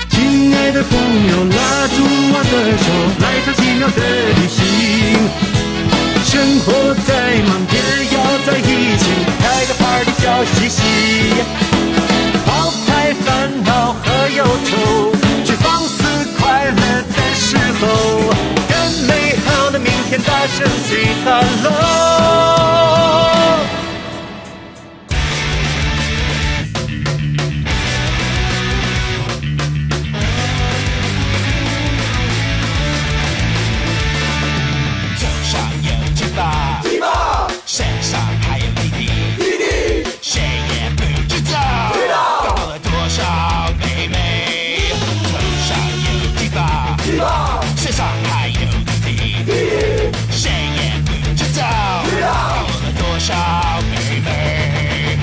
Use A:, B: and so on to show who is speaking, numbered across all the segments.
A: 爱的朋友拉住我的手，来场奇妙的旅行。生活再忙也要在一起，开个 party 笑嘻嘻，抛开烦恼和忧愁，去放肆快乐的时候，跟美好的明天大声 say hello。
B: 左上有鸡巴，鸡巴，身上还有弟弟，弟弟，谁也不知道，知道，搞了多少妹妹。头上有鸡巴，鸡巴，身上还有弟弟，弟弟，谁也不知道，知道，搞了多少妹妹。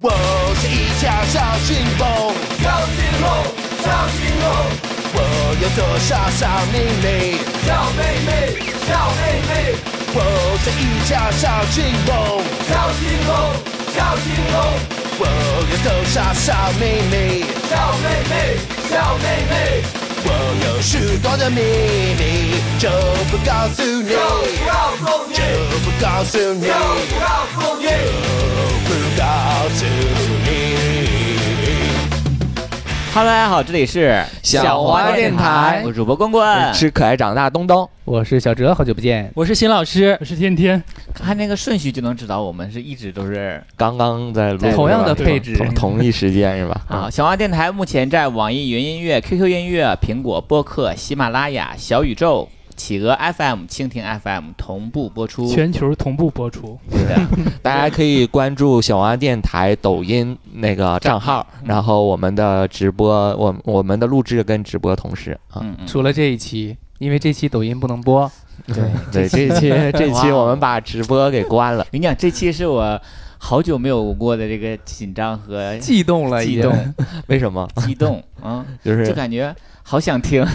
B: 我是一条小信封，小信封，小信封。我有多少小秘密？小妹妹，小妹妹。我是一条小信封，小信封，小信封。我有多少小秘密？小妹妹，小妹妹。我有许多的秘密，就不告诉你，就不告诉你，就不告诉你，就不告诉你。不告诉你。
C: Hello，大家好，这里是
D: 小花电台
C: 我是主播关关。
D: 吃可爱长大东东，
E: 我是小哲，好久不见。
F: 我是邢老师，我是天天，
C: 看那个顺序就能知道，我们是一直都是
D: 刚刚在录
C: 对
D: 是吧
E: 同样的配置，
D: 同同一时间是吧？
C: 啊。小花电台目前在网易云音乐、QQ 音乐、苹果播客、喜马拉雅、小宇宙、企鹅 FM、蜻蜓 FM 同步播出。
F: 全球同步播出。
D: 大家可以关注小王电台抖音那个账号，然后我们的直播，我我们的录制跟直播同时啊。
C: 嗯嗯，
E: 除了这一期，因为这期抖音不能播，
D: 对，这期这期我们把直播给关了。
C: 我跟你讲，这期是我好久没有过的这个紧张和
E: 激动了，
C: 激
E: 已
C: 动
E: 经。
D: 为什么？
C: 激 动啊，
D: 就
C: 就是感觉好想 听。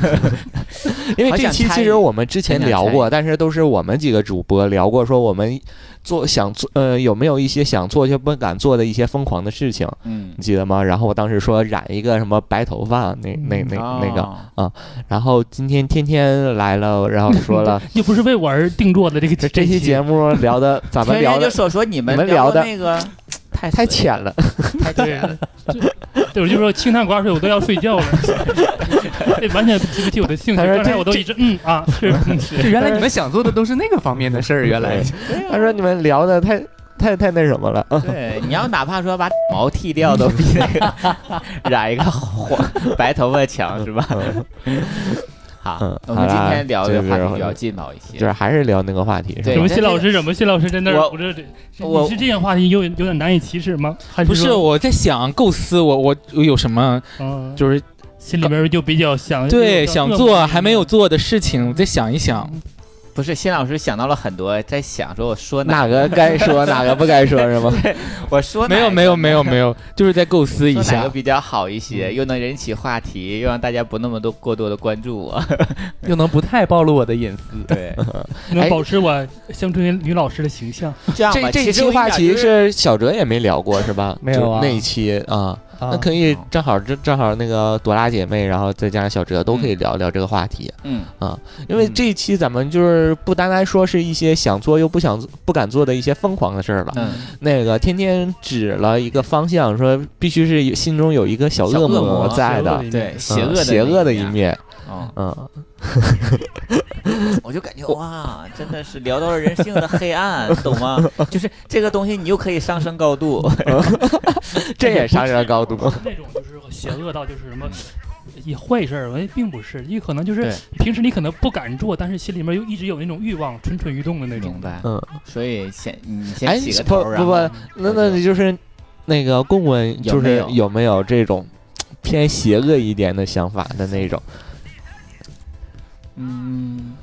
D: 因为
C: 好
D: 这
C: 想
D: 期
C: 参
D: 其
C: 与
D: 实我们之前
C: 很想
D: 聊
C: 参
D: 过，但是都是我们几个主播聊过，说我们做想做呃有没有一些想做却不敢做的一些疯狂的事情，
C: 嗯，
D: 你记得吗？然后我当时说染一个什么白头发，那那那那个，啊
C: 哦
D: 然后今天天天来了，然后说了
F: 又不是为我而定做的这个
D: 这这期节
F: 目，
D: 目聊的咱们
C: 天
D: 聊
C: 天
D: 的
C: 就说说你们
D: 你们聊
C: 的
D: 的
C: 那个太
D: 太
C: 浅
D: 浅了，
C: 太
F: 对
C: 浅了。，
F: 就对，我就说清汤寡水，我都要睡觉了，这完全激不起我的兴趣。
D: 他说
F: 刚才
D: 这
F: 我都一直嗯啊， 是嗯，
E: 就是原来你们想做的都是那个方面的事儿，原来
D: 他说你们聊的太太太那什么了， 啊
C: 对，你要哪怕说把毛剃掉，都比那个 染一个黄白头发强，是吧？ 好
D: 嗯，
C: 我们今
D: 好啦
C: 天聊的
D: 就是
C: 话题比较劲爆一些，
D: 就是还是聊那个话题，是
C: 对
F: 什
D: 吧
F: 么新老师，什么新老师在那
C: 我
F: 儿，不是这，是
C: 我
F: 你是这样话题有有点难以启齿吗？还
G: 不是
F: 是
G: 我在想构思我我我有什么
F: 嗯，就
G: 就是
F: 心里面就比较想
G: 对想做还没有。
F: 有点
G: 做的事情，我再想一想。
F: 嗯
C: 不是新老师想到了很多，在想说我说哪，
D: 哪个该说哪个不该说是吗？
C: 我说哪
G: 没有
C: 个
G: 没有没有没有，就是在构思一
C: 说哪个
G: 下。
C: 比较好一
D: 嗯
C: 些，又能引起话题，又让大家不那么多过多的关注我。
E: 又能不太暴露我的隐私。
D: 嗯
C: 对，
F: 恶
D: 哎
F: 能保持我乡村女老师的形象，
C: 这样吧，
D: 这这
C: 其实
D: 期
C: 我跟你
D: 话
C: 讲
D: 题
C: 就是
D: 小哲也没聊过是吧？
E: 没有啊
D: 就那一期啊，
E: 啊
D: 那可以正好正正好那个朵拉姐妹，然后再加上小哲都可以聊聊这个话题，
C: 嗯
D: 啊，因为这一期咱们就是不单单说是一些想做又不想做不敢做的一些疯狂的事儿了，
C: 嗯，
D: 那个天天指了一个方向，说必须是有心中有一个小
C: 小
D: 恶
C: 恶魔
D: 魔在的，
C: 对，邪
D: 嗯
C: 恶的
D: 邪恶的
C: 一
D: 一
C: 面。
D: 面，
C: 哦
D: 嗯，
C: 我就感觉哇，真的是聊到了人性的黑暗，懂 吗？就是这个东西，你又可以上升高度。
D: 这也上升了高度。
F: 那种就是邪恶到就是什么。也坏事儿，我也并不是，也可能就
C: 对
F: 是平时你可能不敢做，但是心里面又一直有那种欲望，蠢蠢欲动的那种。
C: 明白。
D: 嗯，
C: 所以先你
D: 哎
C: 先起个
D: 不
C: 头，
D: 不
C: 然
D: 不
C: 后
D: 那那你就是那个棍棍，
C: 有
D: 就
C: 没
D: 是
C: 有
D: 有没有这种偏邪恶一点的想法的那种？
C: 嗯，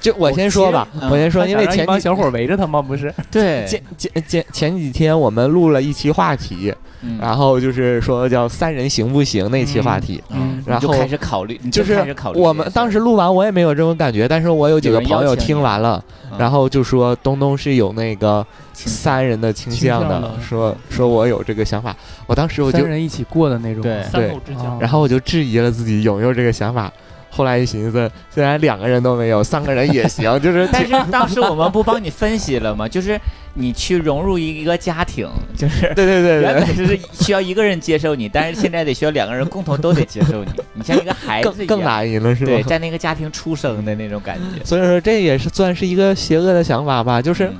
D: 就我先说吧，
C: 嗯
D: 我先说，因为
E: 他想让
D: 前
E: 一帮
D: 几
E: 小伙围着他吗？不是，
C: 对，
D: 前前前前几天我们录了一期话题，
C: 嗯
D: 然后就是说叫“三人行不行”那期话题，
C: 嗯，
D: 然
C: 你就
D: 后
C: 开始考虑，你
D: 就
C: 开
D: 是
C: 始考虑这件事儿。
D: 我们当时录完我也没有这种感觉，但是我有几个朋友听完了
C: 有人邀请，你嗯
D: 然后就说东东是有那个
C: 请
D: 三人的倾向
F: 倾向
D: 的，
F: 的
D: 说说我有这个想法，我当时我就
E: 三人一起过的那种。
C: 对
F: 三口之家
E: 啊，
D: 然后我就质疑了自己有没有这个想法。后来一寻思，虽然两个人都没有，三个人 也行，就 是
C: 但是当时我们不帮你分析了吗？就是你去融入一个家庭，就是。
D: 对对对
C: 原
D: 对
C: 本就是需要一个人接受你，但是现在得需要两个人共同都得接受你。你像一个孩
D: 对，
C: 子一
D: 更
C: 样，
D: 更难赢了是
C: 啊对，
D: 吧？
C: 在那个家庭出生的那种感觉。
D: 所以说这也是算是一个邪恶的想法吧，就是
C: 嗯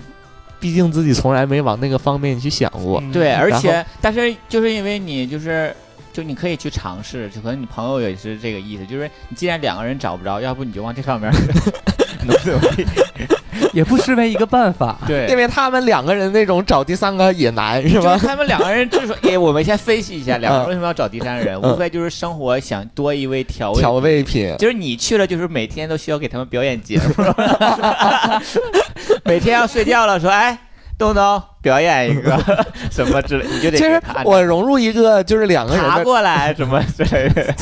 D: 毕竟自己从来没往那个方面去想过。
F: 嗯
C: 对，而
D: 然
C: 且但是就是因为你就是就你可以去尝试，就可能你朋友也是这个意思，就是你既然两个人找不着，要不你就往这上 面努努力。
E: 也不失为一个办法。
D: 因
C: 对。
D: 为他们两个人那种找第三个也难，是
C: 就
D: 吧
C: 是？他们两个人就 说：“哎，我们先分析一下，两个人为什么要找第三个人？
D: 嗯
C: 无非就是生活想多一味调味。
D: 调味品，
C: 就是你去了，就是每天都需要给他们表演节 目， 每天要睡觉了，说哎，东东表演一个 什么之类，你就得
D: 其
C: 给
D: 实
C: 他按照
D: 我融入一个就是两个人
C: 爬
D: 的
C: 过来什么之类的。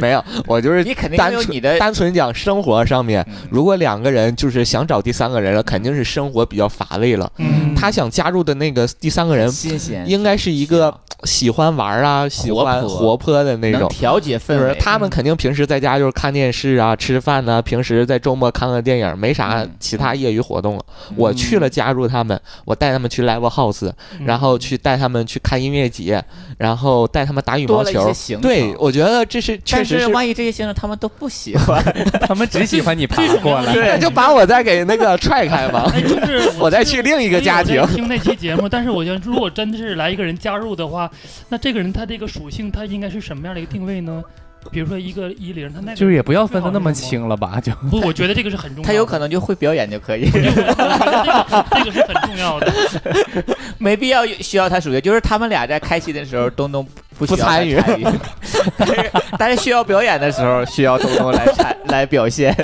D: 没有，我就是
C: 你肯定
D: 单
C: 有
D: 纯
C: 你的嗯
D: 单纯讲生活上面，如果两个人就是想找第三个人了，肯定是生活比较乏味了。
E: 嗯
D: 他想加入的那个第三个人，
C: 新鲜，
D: 应该是一个喜欢玩啊、喜欢
C: 活泼
D: 活泼的那
C: 能
D: 种。
C: 调节氛
D: 就是
C: 围。
D: 他们肯定平时在家就是看电视啊、吃饭呐、平时在周末看看电影，没啥
C: 嗯
D: 其他业余活动了。我去了加入他们，我带他们去 live house，然后
C: 嗯
D: 去带他们去看音乐节，然后带他们打羽
C: 多
D: 毛
C: 了一些
D: 球。
C: 行程，
D: 对，我觉得这是确
C: 但
D: 实
C: 是
D: 是。
C: 万一这些行程他们都不喜欢，
E: 他们只喜欢你爬过来。
D: 那就把我再给那个踹开吧，
F: 哎，就是
D: 我再去另一
F: 一
D: 个家庭。
F: 听那期节目，但是我觉得，如果真的是来一个人加入的话，那这个人他这个属性他应该是什么样的一个定位呢？比如说一个一零，他那个
E: 就是也不要分得那么清了吧，
C: 嗯
E: 就
F: 不，我觉得这个是
D: 嗯
F: 很重要的。
C: 他有可能就会表演就 可以，
F: 这个是很 重要的。
C: 没必要需要他属于，就是他们俩在开心的时候，东东不需要他参
D: 不
C: 与， 但是但是需要表演的时候，需要东东来参来表现。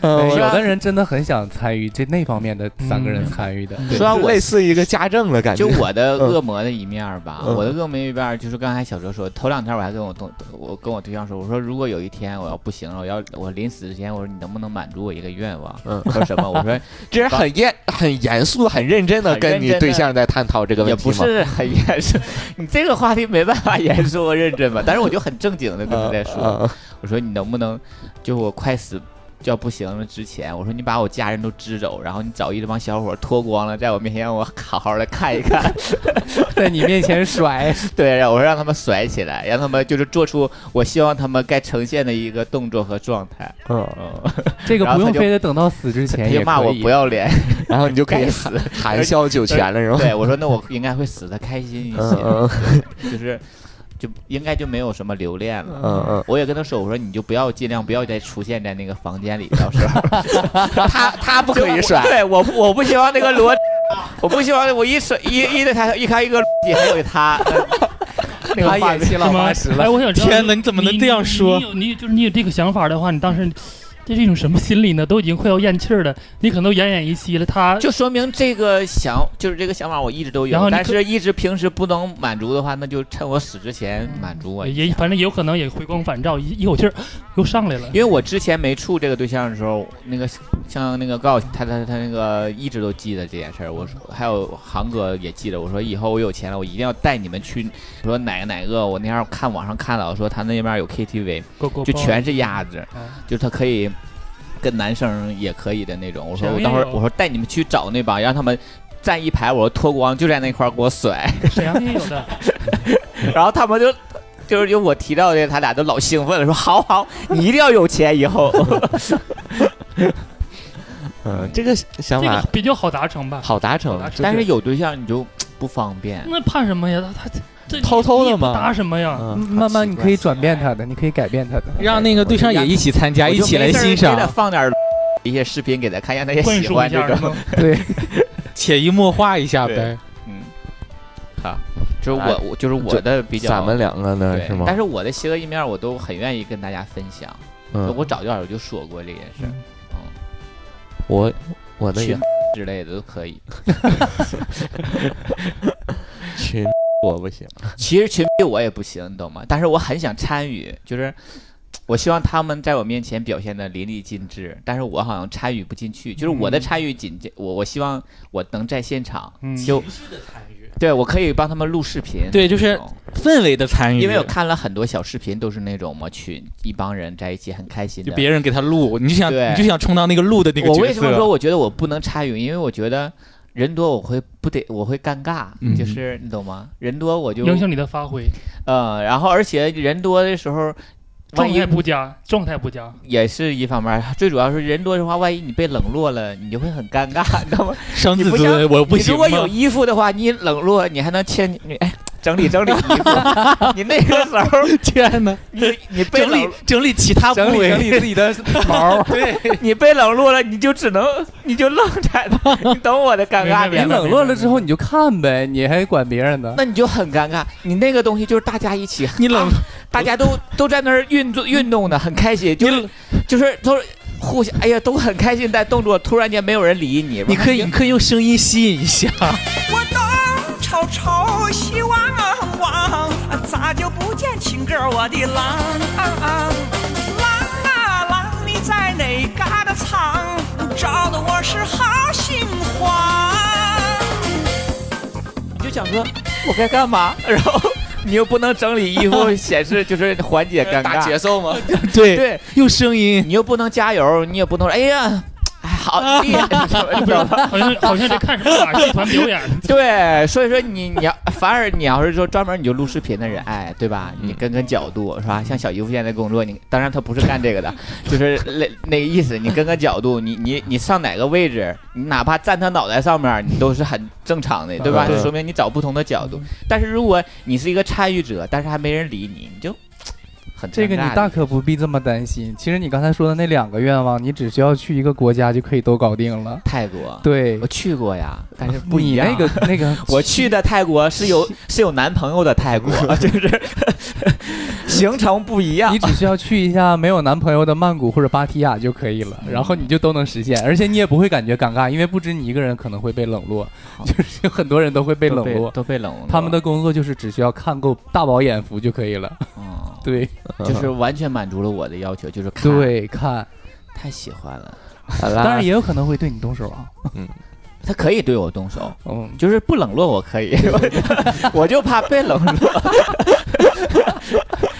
D: 嗯，
E: 有
D: 我
F: 啊
E: 的人真的很想参与这那方面的三个人
F: 嗯
E: 参与的，
C: 说完我
D: 类似一个家政的感 觉
C: 就。我的恶魔的一面儿吧，
D: 嗯
C: 我的恶魔一面儿就是刚才小哲说，头两天我还跟我同我跟我对象说，我说如果有一天我要不行了，我要我临死之前，我说你能不能满足我一个愿望？
D: 嗯
C: 他说什么？我说
D: 这人很严、很严肃、很认真的
C: 很
D: 跟
C: 认
D: 你
C: 真
D: 对
C: 地
D: 象在探讨这个
C: 也
D: 问题
C: 不
D: 吗？
C: 是很严肃，你这个话题没办法严肃和认真吧？但是我就很正经的跟他在
D: 嗯嗯
C: 说，我说你能不能，就我快死就要不行了之前，我说你把我家人都支走，然后你找一帮小伙儿脱光了，在我面前让我好好的看一看，
E: 在你面前甩，
C: 对，让我让他们甩起来，让他们就是做出我希望他们该呈现的一个动作和状态。
D: 嗯，
C: 嗯，
E: 这个
C: 然后
E: 不
C: 他
E: 用
C: 就
E: 非得等到死之
C: 他
E: 前也
C: 就骂我不
E: 要，
C: 要脸，
D: 然后你就可以
C: 该
D: 含含笑九泉了，是吗？
C: 对我说那我应该会死的开心一些，
D: 嗯 嗯
C: 就是就应该就没有什么留恋了。
D: 嗯嗯，
C: 我也跟他说，我说你就不要尽量不要再出现在那个房间里，到时候
D: 他他不可以甩，
C: 对我不我不希望那个罗，我不希望我一甩一一对他一看一个还有他，那个
E: 他
C: 画
E: 演
C: 面
E: 戏老八十了
F: 哎，，我想知道，
G: 天哪，你怎么能这样说
F: 你？有你就是你有这个想法的话，你当时这是一种什么心理呢？都已经快要咽气儿了，你可能都奄奄一息了。他
C: 就说明这个想就是这个想法我一直都
F: 然后
C: 有，
F: 你
C: 但
F: 可
C: 是一直平时不能满足的话，那就趁我死之前满足我一下。
F: 呃也反正也有可能也回光返照，一一口气儿又上来了。
C: 因为我之前没处这个对象的时候，那个像那个高晓他他他那个一直都记得这件事儿。我说还有航哥也记得，我说以后我有钱了，我一定要带你们去。我说哪个哪个，我那天看网上看到说他那边有 KTV，
F: 狗狗
C: 就
F: 抱
C: 全是鸭子
F: 嗯，
C: 就是他可以跟男生也可以的那种。我说
F: 便
C: 我
F: 宜
C: 等会儿
F: 哦
C: 我说带你们去找那帮，让他们。站一排，我说脱光就在那块儿给我甩，
F: 沈阳也有的，
C: 然后他们就，就是就我提到的，他俩都老兴奋了，说好好，你一定要有钱以后。
D: 嗯，这个想
F: 这
D: 法
F: 个比较好达成吧。
D: 好达成
F: 好达，成
D: 就
C: 但是有对象你就不方便。
F: 那怕什么呀？他他这
D: 偷偷的
F: 你
D: 嘛
F: 搭什么呀？
D: 嗯，
E: 慢慢你可以转变他的，你可以改变他的，
G: 让那个对象也一起参加，
C: 我
G: 一
C: 就
G: 起来
C: 没事儿
G: 欣
C: 给 他
G: 赏，
C: 放点儿一些视频给他看，让他也
F: 灌
C: 喜
F: 输
C: 欢
F: 一
C: 这
F: 下是
C: 种。
F: 吗？
E: 对，
G: 潜移默化一下呗
C: 对。嗯，好，就是我、
D: 哎
C: 我就是我的比较
D: 咱们两个呢
C: 对
D: 是吗
C: 但？是我的邪恶一面我都很愿意跟大家分享，
D: 嗯，
C: 我早就我就说过这件事儿，嗯，
D: 我我的也
C: 群之类的都可以。
D: 群我不行，
C: 其实群批我也不行，你懂吗？但是我很想参与，就是我希望他们在我面前表现的淋漓尽致，但是我好像参与不进去。就是我的参与仅仅我我希望我能在现场，
E: 嗯
C: 就对我可以帮他们录视频，
G: 对就是嗯
C: 那种
G: 氛围的参与，
C: 因为我看了很多小视频，都是那种嘛群一帮人在一起很开心
G: 就
C: 的。
G: 别人给他录，你就想
C: 对
G: 你就想充当那个录的那个角
C: 我
G: 色。
C: 为什么说我觉得我不能参与？因为我觉得人多我会不得我会尴尬，
G: 嗯
C: 就是你懂吗？人多我就
F: 影响你的发挥，
C: 嗯，然后而且人多的时候，万
F: 状
C: 一
F: 态不佳，状态不佳，
C: 也是一方面儿，最主要是人多的话，万一你被冷落了，你就会很 尴尬，你知道吗？
G: 伤
C: 你
G: 自
C: 不像
G: 尊？我不
C: 你
G: 行
C: 如
G: 吗。
C: 果有衣服的话，你冷落你还能牵你哎整理整理衣服，你那个时候
G: 天哪，
C: 你你被
G: 整理
C: 冷
G: 整理其他部
E: 整理整
G: 位，
E: 理自己 的毛，对，
C: 你被冷落了，你就只能你就愣在那儿，你懂我的尴尬点
E: 你
F: 明白明白
C: 吗？
E: 冷落了之后你就看呗，你还管别人呢？
C: 那你就很尴尬，你那个东西就是大家一起，
G: 你冷
C: 啊大家都都在那儿运作运动呢，很开心，就
G: 你
C: 是
G: 冷
C: 就是都是互相，哎呀，都很开心在动作，突然间没有人理你，
G: 你可以你可以用声音吸引一下，
H: 我东瞅瞅，西望望，咋就不见情歌我的郎？郎啊郎，你在哪嘎达藏？找的我是好心慌。
C: 你就想说我该干 嘛，然后你又不能整理衣服， 显示就是缓解尴尬，
D: 奏吗？
G: 对，
C: 对
G: 用声音，
C: 你又不能加油，你也不能说哎呀。哎， 好厉害！你知道吗
F: 好像好 像在看什么马戏团表演，
C: 对，所以说你你要反而你要是说专门你就录视频的人，哎，对吧？你跟跟角度是吧？像小姨夫现在工作，你当然他不是干这个的， 就是那那个意思。你跟跟角度，你你你上哪个位置，你哪怕站他脑袋上面，你都是很正常嗯的，对嗯吧？
D: 对
C: 就说明你找不同的角度。但是如果你是一个参与者，但是还没人理你，你就很
E: 这个
C: 尴
E: 你
C: 尬
E: 大
C: 的
E: 可不必这么担心。其实你刚才说的那两个愿望，你只需要去一个国家就可以都搞定了。
C: 泰国，
E: 对
C: 我，去过呀，但是不一
E: 你
C: 样。
E: 那个 那个
C: 我去的泰国是有是有男朋友的泰国，就是 行程不一样
E: 你。只需要去一下没有男朋友的曼谷或者芭提雅就可以了，然后你就都能实现，而且你也不会感觉尴尬，因为不止你一个人可能会被冷落，就是有很多人都会被
C: 都
E: 冷落。
C: 都被冷落，
E: 他们的工作就是只需要看够大饱眼福就可以了。
C: 嗯，
E: 对
C: 就是完全满足了我的要求，就是看，
E: 对，看，
C: 太喜欢了。
D: 好啦
E: 当然也有可能会对你动手啊。
C: 他可以对我动手，
E: 嗯，
C: 就是不冷落我可以， 我就怕被冷落。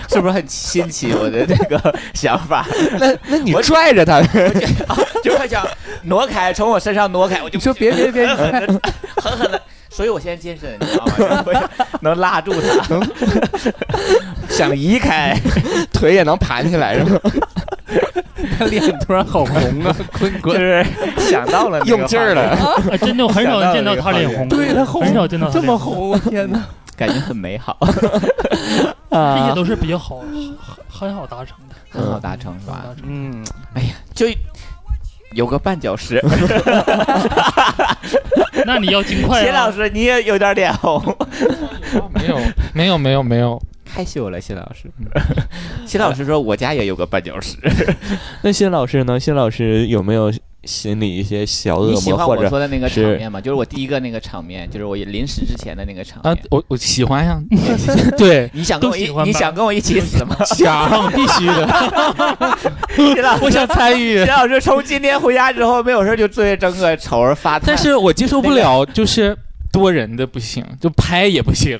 C: 是不是很新奇？我的这个想法，
D: 那那你拽着他，
C: 就是 想挪开，从我身上挪开，我就
E: 你说别别别，
C: 狠狠的，狠狠的。所以我现在健身，你知道吗？ 就是我能拉住他，想移开。
D: 腿也能盘起来是吗？
E: 他脸突然好红啊，滚
C: 就
E: 滚！
C: 是想到了那个
D: 用劲儿
C: 画面，
D: 了，
F: 啊真的我很少见到他脸红，
E: 对他红
F: 很少见到他
E: 这么
F: 脸红，
E: 红，我天哪！
C: 感觉很美 好，
F: 这些
E: 啊，
F: 都是比较好，很很好达成的，
C: 很好达成是
F: 很好
C: 吧哎
F: 达？成。
E: 嗯，
C: 就有个绊脚 石。
F: 那你要 尽快
C: 谢老
F: 啊，
C: 师，你也有点脸红，
G: 没有没有没有没有，
C: 害羞了，谢老 师。谢老师说，我家也有个绊脚石。
D: 那新老师呢？新老师有没有心里一些小
C: 你
D: 恶
C: 喜
D: 魔，
C: 欢
D: 或
C: 我
D: 者
C: 说的那个场
D: 是
C: 面吗？就是我第一个那个场面，就是我临死之前的那个场
G: 啊
C: 面。，
G: 我我喜欢呀，对，
C: 你想跟我
F: 都
C: 一
F: 喜欢吧
C: 你想跟我一起死 吗？
G: 想必须的，
C: 谢老
G: 我
C: 师，
G: 想参与
C: 谢。老师从今天回家之后没有事就追着整个瞅着发呆。
G: 但是我接受不了， 就是多人的不行，就拍也不行。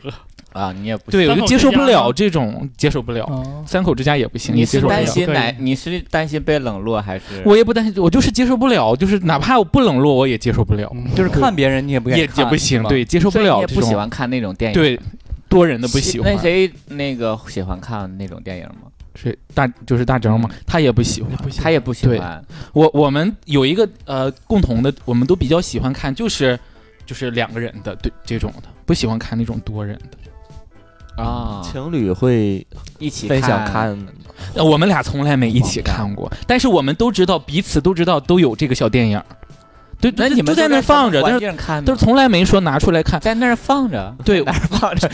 C: 啊，你也不
G: 对，我
F: 三
G: 就
F: 口
G: 接受不
F: 之家
G: 了
F: 呢
G: 这种，接受不了。
F: 啊
G: 三口之家也不行，
C: 你
G: 也接
C: 是
G: 受不
C: 担
G: 了。
C: 心
F: 对
C: 哪？你是担心被冷落还是？
G: 我也不担心，我就是接受不了，就是哪怕我不冷落，我也接受不了，
C: 嗯
E: 就是看别人你也不
G: 也
E: 愿意
G: 也
E: 看，
G: 不行
E: 是，吧，
G: 对，接受不
C: 所以你
G: 了
C: 也
G: 这
C: 不
G: 种。
C: 喜欢看那种电影。
G: 对，多人的不喜欢
C: 那。谁那个喜欢看那种电影吗？
G: 谁大就是大张嘛，他也不喜欢。
F: 不行
C: 他也不喜欢。
D: 啊
G: 我我们有一个呃共同的，我们都比较喜欢看，就是就是两个人的，对这种的，不喜欢看那种多人的。
C: 啊，
D: 情侣会
C: 一起
D: 分享看
G: 呃我们俩从来没一起看过，但是我们都知道彼此都知道都有这个小电影儿，对，
C: 那
G: 就
C: 你
G: 就
C: 们
G: 在那儿放着，但是
C: 是看
G: 但
C: 呢
G: 是从来没说拿出来看，
C: 在那儿放着，
G: 对
C: 哪儿放 着？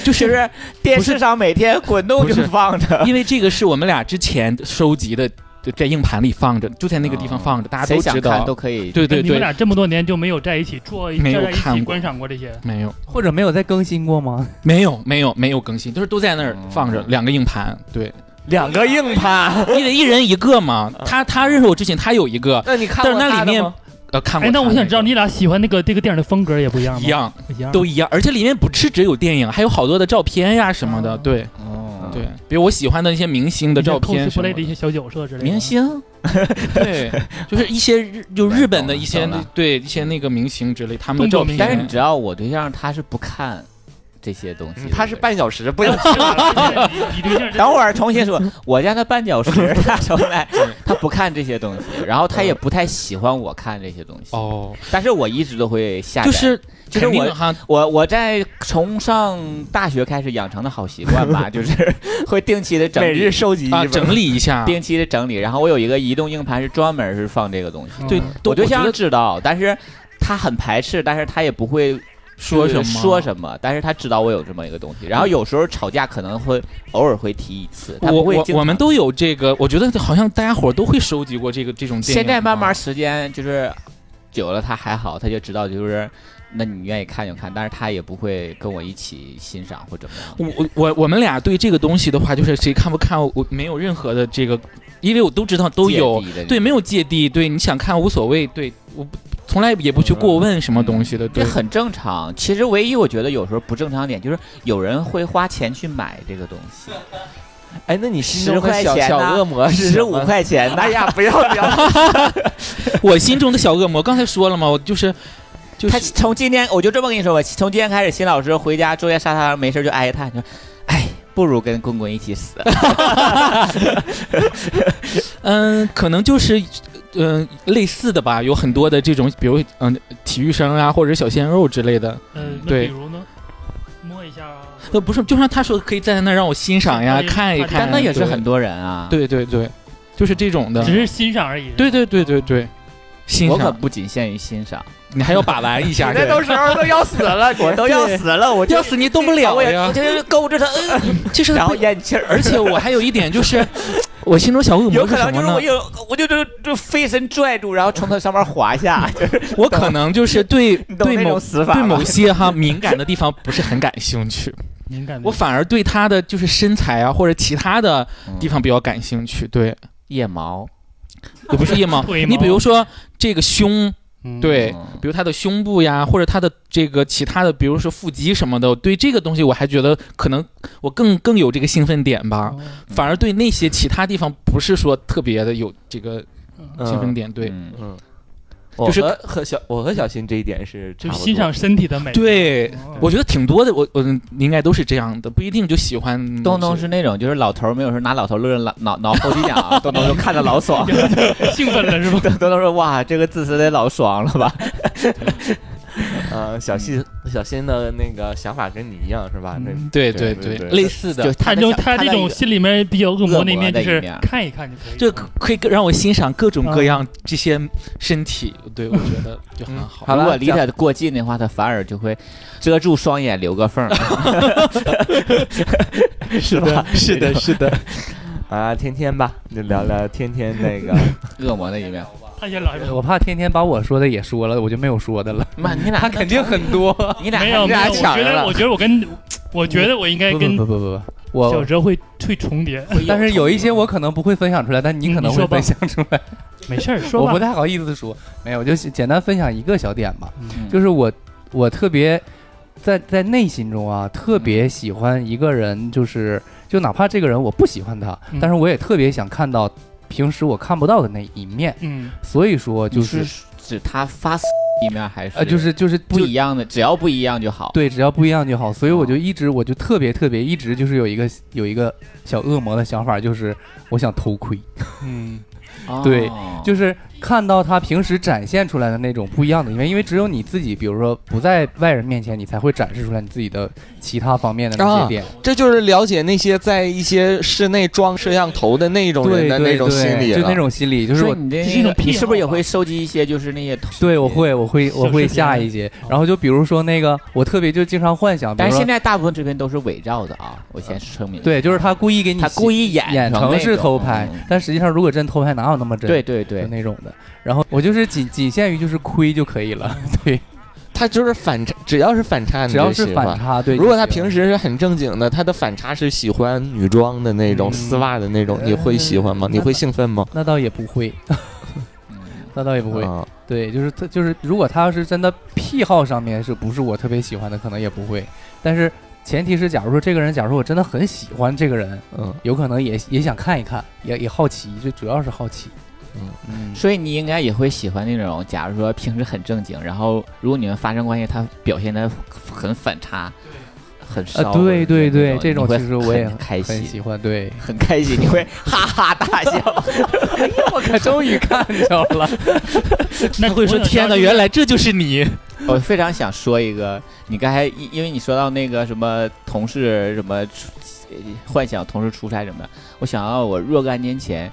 G: 就
C: 就是是电视上每天滚动
G: 不
C: 就
G: 是
C: 放着。
G: 因为这个是我们俩之前收集的就在硬盘里放着，就在那个地方放着，大家
C: 谁
G: 都
C: 想
G: 知
C: 看都
G: 道。
C: 可以。
G: 对对
F: 你们
G: 对，
F: 俩这么多年就没有在一起坐
G: 没有
F: 站在一
G: 看
F: 起
G: 过
F: 观赏过这些？
G: 没有
E: 或者没有再更新过吗？
G: 没有没有没有更新，就是都在那儿放着两个硬盘。对，
D: 两个硬盘，
G: 因为一人一个嘛。他他认识我之前，他有一个，
D: 那你看
G: 但
D: 过
G: 是那
D: 他
G: 里
D: 的
G: 面
D: 吗
G: 呃看过。
F: 哎，那我想知道你俩喜欢那个这个电影的风格也不一样吗？
G: 一，样
F: 一样。
G: 都一样，而且里面不是只有电影，还有好多的照片呀什么的。
F: 啊
G: 对
C: 哦，
G: 对，比如我喜欢的那些明星的照片什
F: cosplay
G: 么
F: 的
G: 的
F: 一。些小角色之类的。
G: 明 星，对，就是一些日就日本的一些
C: 懂了懂了
G: 对一些那个明星之类他们的
F: 中
G: 照
F: 国
G: 片，
F: 明
C: 但是你知道我对象他是不看这些东西的，
D: 嗯他是
C: 对
D: 半小时，不
C: 嗯
D: 要
F: 你 对象
C: 等会儿重新说，我家他绊脚石，他从来他不看这些东西，然后他也不太喜欢我看这些东西。
G: 哦，
C: 但是我一直都会下载。
G: 就是
C: 其实
G: 肯定啊
C: 我
G: 哈，
C: 我我在从上大学开始养成的好习惯 吧，就是会定期的整
D: 每
C: 理
D: 日收集一
G: 啊
D: 本。
G: 整理一下，
C: 定期的整理。然后我有一个移动硬盘是专门是放这个东西。
G: 对
F: 嗯，
G: 都
C: 我对
G: 觉
C: 象
G: 得
C: 知道，但是他很排斥，但是他也不会
G: 说什么
C: 说什么，但是他知道我有这么一个东西，然后有时候吵架可能会偶尔会提一次，他
G: 我
C: 不会
G: 我
C: 经常
G: 我们都有这个，我觉得好像大家伙儿都会收集过这个这种电影。
C: 现在慢慢时间就是久了，他还好，他就知道就是。那你愿意看就看，但是他也不会跟我一起欣赏或怎么样。
G: 我我我我们俩对这个东西的话，就是谁看不看，我没有任何的这个，因为我都知道都有
C: 芥蒂的那种
G: 对，没有芥蒂，对，你想看无所谓，对我不从来也不去过问什么东西的，对
C: 这，很正常。其实唯一我觉得有时候不正常点就是有人会花钱去买这个东西，
D: 哎，那你心中
C: 10块
D: 的小
C: 钱
D: 小
C: 呐
D: 恶魔是什
C: 十
D: 么
C: 呃五？块钱的
D: 哎呀，不要不要！
G: 我心中的小恶魔，刚才说了嘛，我就是就是
C: 他从今天我就这么跟你说吧，从今天开始，新老师回家坐在沙发上没事就哀叹，你说，哎，不如跟棍棍一起死。
G: 嗯，可能就是嗯、类似的吧，有很多的这种，比如嗯、体育生啊，或者小鲜肉之类的，
F: 呃，那
G: 对
F: 比如呢，摸一下啊，
G: 那不是，就像他说可以站在那儿让我欣赏呀，
F: 对
G: 看一看，
C: 但那也是
G: 对
C: 很多人啊，
G: 对对对，就是这种的，
F: 只是欣赏而已。
G: 对对对对对，欣
C: 我可
G: 赏
C: 不仅限于欣赏，
G: 你还要把玩一
D: 你
G: 下，
D: 那都时候都要死了，你
C: 我都要死了，我就
G: 要死你动不了
C: 我也
G: 呀
C: 我，就是 勾着他，嗯，
G: 就是
C: 然后咽气儿。
G: 而且我还有一点就是， 我心中小恶魔
C: 有可
G: 是什
C: 能就
G: 么
C: 是
G: 呢
C: 我？有，我就就就飞身拽住，然后从他上面滑下， 就是
G: 我可能就是对
C: 你懂
G: 对
C: 那种
G: 某
C: 死法
G: 对
C: 吗
G: 某些哈敏感的地方不是很感兴趣，
F: 敏感的。
G: 我反而对他的就是身材啊或者其他的地方比较感兴趣。对，
C: 腋毛，
G: 也不是腋 毛，
F: 腿毛
G: 你比如说这个胸，
F: 嗯
G: 对，比如他的胸部呀，或者他的这个其他的，比如说腹肌什么的，我对这个东西我还觉得可能我更更有这个兴奋点吧
F: 哦。
G: 反而对那些其他地方不是说特别的有这个兴奋
D: 嗯
G: 点，对
C: 嗯
D: 嗯，
G: 就
D: 就是是和小我和小新这一点是差
F: 就
D: 不多
F: 欣赏身体的美。
G: 对
F: 哦，
G: 我觉得挺多的，我我应该都是这样的，不一定就喜欢某些
C: 东东是那种，就是老头儿没有时候拿老头乐脑脑脑后脊梁 啊，东东就看着老爽，
F: 兴奋了是吧？
C: 东东说哇，这个字词得老爽了吧？
D: 呃小新
E: 嗯
D: 小新的那个想法跟你一样是吧？那
G: 对对
D: 对
G: 对
D: 对对
G: 类似的
C: 就，
F: 他
C: 的
F: 就
C: 小
F: 他这
C: 的
F: 种
C: 一个
F: 心里面比较恶魔那一面，就
C: 恶魔
F: 是
C: 的一面
F: 看一看就可以。
G: 这可可以让我欣赏各种各样这些身体，对我觉得就很好。
D: 好了
C: 如果离他过近的话，他反而就会遮住双眼，留个缝儿， 是吧？
D: 是的，是的。啊，天天吧，就聊聊天天那个
C: 恶魔的一面。
F: 他先来吧。
E: 我怕天天把我说的也说了，我就没有说的 了。
C: 妈，你俩
E: 他肯定很多。
C: 你俩
F: 没有
C: 你
F: 没有，
C: 俩
F: 我
C: 抢
F: 觉
C: 着
F: 得
C: 了
F: 我。觉得我跟我觉得我应该
E: 不
F: 跟
E: 不不不不，
F: 小
E: 我
F: 哲会会重叠。
E: 但是有一些我可能不会分享出来，但你可能
F: 嗯你
E: 会
F: 说吧
E: 分享出来。
F: 没事儿，说
E: 我不
F: 吧。
E: 太好意思说，没有，我就简单分享一个小点吧，
C: 嗯
E: 就是我我特别在在内心中啊，特别喜欢一个人，就是就哪怕这个人我不喜欢他，
F: 嗯
E: 但是我也特别想看到平时我看不到的那一面。
F: 嗯，
E: 所以说就
C: 你
E: 是
C: 是指他发一面还是
E: 呃，就是就是
C: 不
E: 就
C: 一样的，只要不一样就好。
E: 对，只要不一样就好。
C: 哦
E: 所以我就一直，我就特别特别一直就是有一个有一个 小恶魔的想法，就是我想偷窥，
F: 嗯，
C: 哦
E: 对就是看到他平时展现出来的那种不一样的一面，因为只有你自己，比如说不在外人面前，你才会展示出来你自己的其他方面的那些
D: 啊
E: 点。
D: 这就是了解那些在一些室内装摄像头的那种人
E: 对
D: 的
E: 对
D: 那种
E: 对
D: 心理
E: 就那
D: 了。
E: 种心理，就是
C: 所以
E: 我
C: 你的
F: 这是
C: 那
F: 一种
C: 个你
F: 癖
C: 是不是也
F: 好吧
C: 会收集一些就是那些？
E: 对我。会我会我
F: 小
E: 会
F: 视频
E: 下一节，然后就比如说那个，我特别就经常幻想，比
C: 但
E: 如
C: 是
E: 说呃
C: 现在大部分视频都是伪造的啊，我先声明。
E: 对，就是他故意给你
C: 他故
E: 意
C: 意演
E: 演成
C: 那
E: 是
C: 种
E: 偷拍，
C: 嗯
E: 但实际上如果真偷拍，哪有那么真？
C: 对对
E: 就
C: 对，
E: 那种的。然后我就是仅仅限于就是亏就可以
D: 嗯
E: 了，对，
D: 他就是反差，只要是反差，
E: 只要是反。差，对。
D: 如果
E: 就
D: 他
E: 行
D: 平时是很正经的，他的反差是喜欢女装的那种、
E: 嗯
D: 丝袜的那种，你会喜欢吗？
E: 嗯
D: 你会兴奋吗？
E: 那倒也不会，
C: 嗯
E: 那倒也不会。
D: 啊
E: 对，就是他就是，如果他要是真的癖好上面是不是我特别喜欢的，可能也不会。但是前提是，假如说这个人，假如说我真的很喜欢这个人，
D: 嗯，
E: 有可能也也想看一看，也也好奇，最主要是好奇。
D: 嗯
E: 嗯，
C: 所以你应该也会喜欢那种，假如说平时很正经，然后如果你们发生关系，他表现的很反差，很骚
E: 啊，
C: 或者
E: 对
C: 是
E: 对对，
C: 那
E: 这种
C: 你会
E: 其实我也
C: 很开
E: 很喜
C: 心，
E: 欢。对，
C: 很开心，你会哈哈大笑。
E: 我可终于看着了。
F: 那
G: 他会说：“天哪，原来这就是你。
C: 我非常想说一个，你刚才因因为你说到那个什么同事什么出呃幻想同事出差什么的，我想到我若干年前，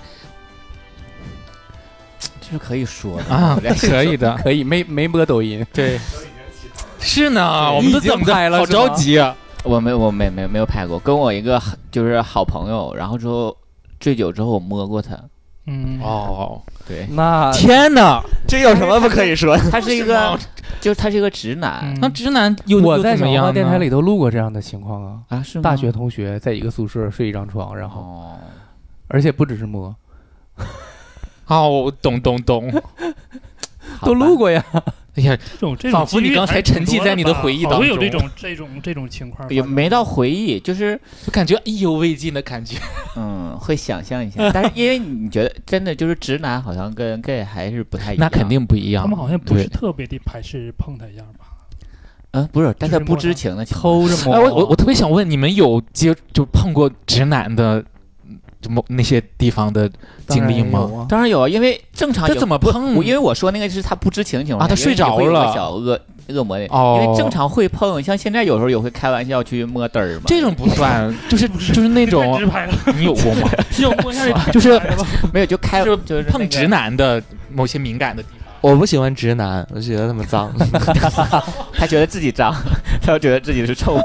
C: 这是可以说的
G: 啊
C: 我在想
G: 可以的
E: 可以，没没播抖音”
G: 对，是呢，
E: 对
G: 我们都
E: 已经
G: 怎么的
E: 拍了
G: 好
E: 是吗
G: 着急啊！
C: 我没我没没没有拍过，跟我一个很就是好朋友，然后之后醉酒之后我摸过他，
F: 嗯，
G: 哦，
C: 对，
E: 那
G: 天哪，
D: 这有什么不可以说的？
C: 他是一
G: 是
C: 个
G: 吗，
C: 就是他是一个直
F: 嗯
C: 男、
G: 那 直男又
E: 我在
G: 又怎么
E: 小黄
G: 样
E: 花
G: 呢
E: 电台里头录过这样的情况啊。
C: 啊，是吗
E: 大学同学在一个宿舍睡一张床，然后
C: 哦，
E: 而且不只是摸，
G: 哦，我懂懂懂。
C: 好
E: 都
C: 吧
E: 录过呀。
G: 哎呀，
F: 这种这种
G: 仿佛
F: 几率
G: 你刚才
F: 还是挺
G: 沉浸
F: 多的
G: 在你的
F: 吧
G: 回忆
F: 好
G: 当
F: 多有这
G: 中
F: 种这种这种情况发
C: 也
F: 生，
C: 没到回忆，就是
G: 就 感觉意犹未尽的感觉。
C: 嗯，会想象一下， 但是因为你觉得真的就是直男好像跟 gay 还是不太一样，
G: 那肯，定不一样。
F: 他们好像不是
G: 啊对
F: 特别的排斥碰他一样吧？
C: 嗯，不是，但
F: 就是
C: 他不
F: 摸
C: 知
F: 上
C: 情的情况
E: 偷 着摸。
G: 哎，
D: 哦
G: 我我我特别想问，你们有接就碰过直男的嗯就某那些地方的经历
E: 当然有
G: 吗？
E: 啊
C: 当然有啊，因为正常
G: 这
C: 有
G: 怎么
C: 不
G: 碰
C: 我因为我说那个是他不知情的情况
G: 啊
C: 下
G: 他
C: 因
G: 睡
C: 为
G: 着
C: 你会有
G: 了
C: 个小恶恶魔的，
G: 哦
C: 因为正常会碰，像现在有时候也会开玩笑去摸嘚儿嘛，
G: 这种不算，就是
F: 是
G: 就是那
F: 太
G: 种
F: 直 白了，
G: 你有过吗？
F: 只有摸一下就太
G: 就是
F: 直白了吧
C: 没有就开
G: 就是
C: 就是那
G: 碰
C: 个
G: 直男的某些敏感的地方，
D: 我不喜欢直男，我觉得他们脏。
C: 他觉得自己脏，他觉得自己是臭。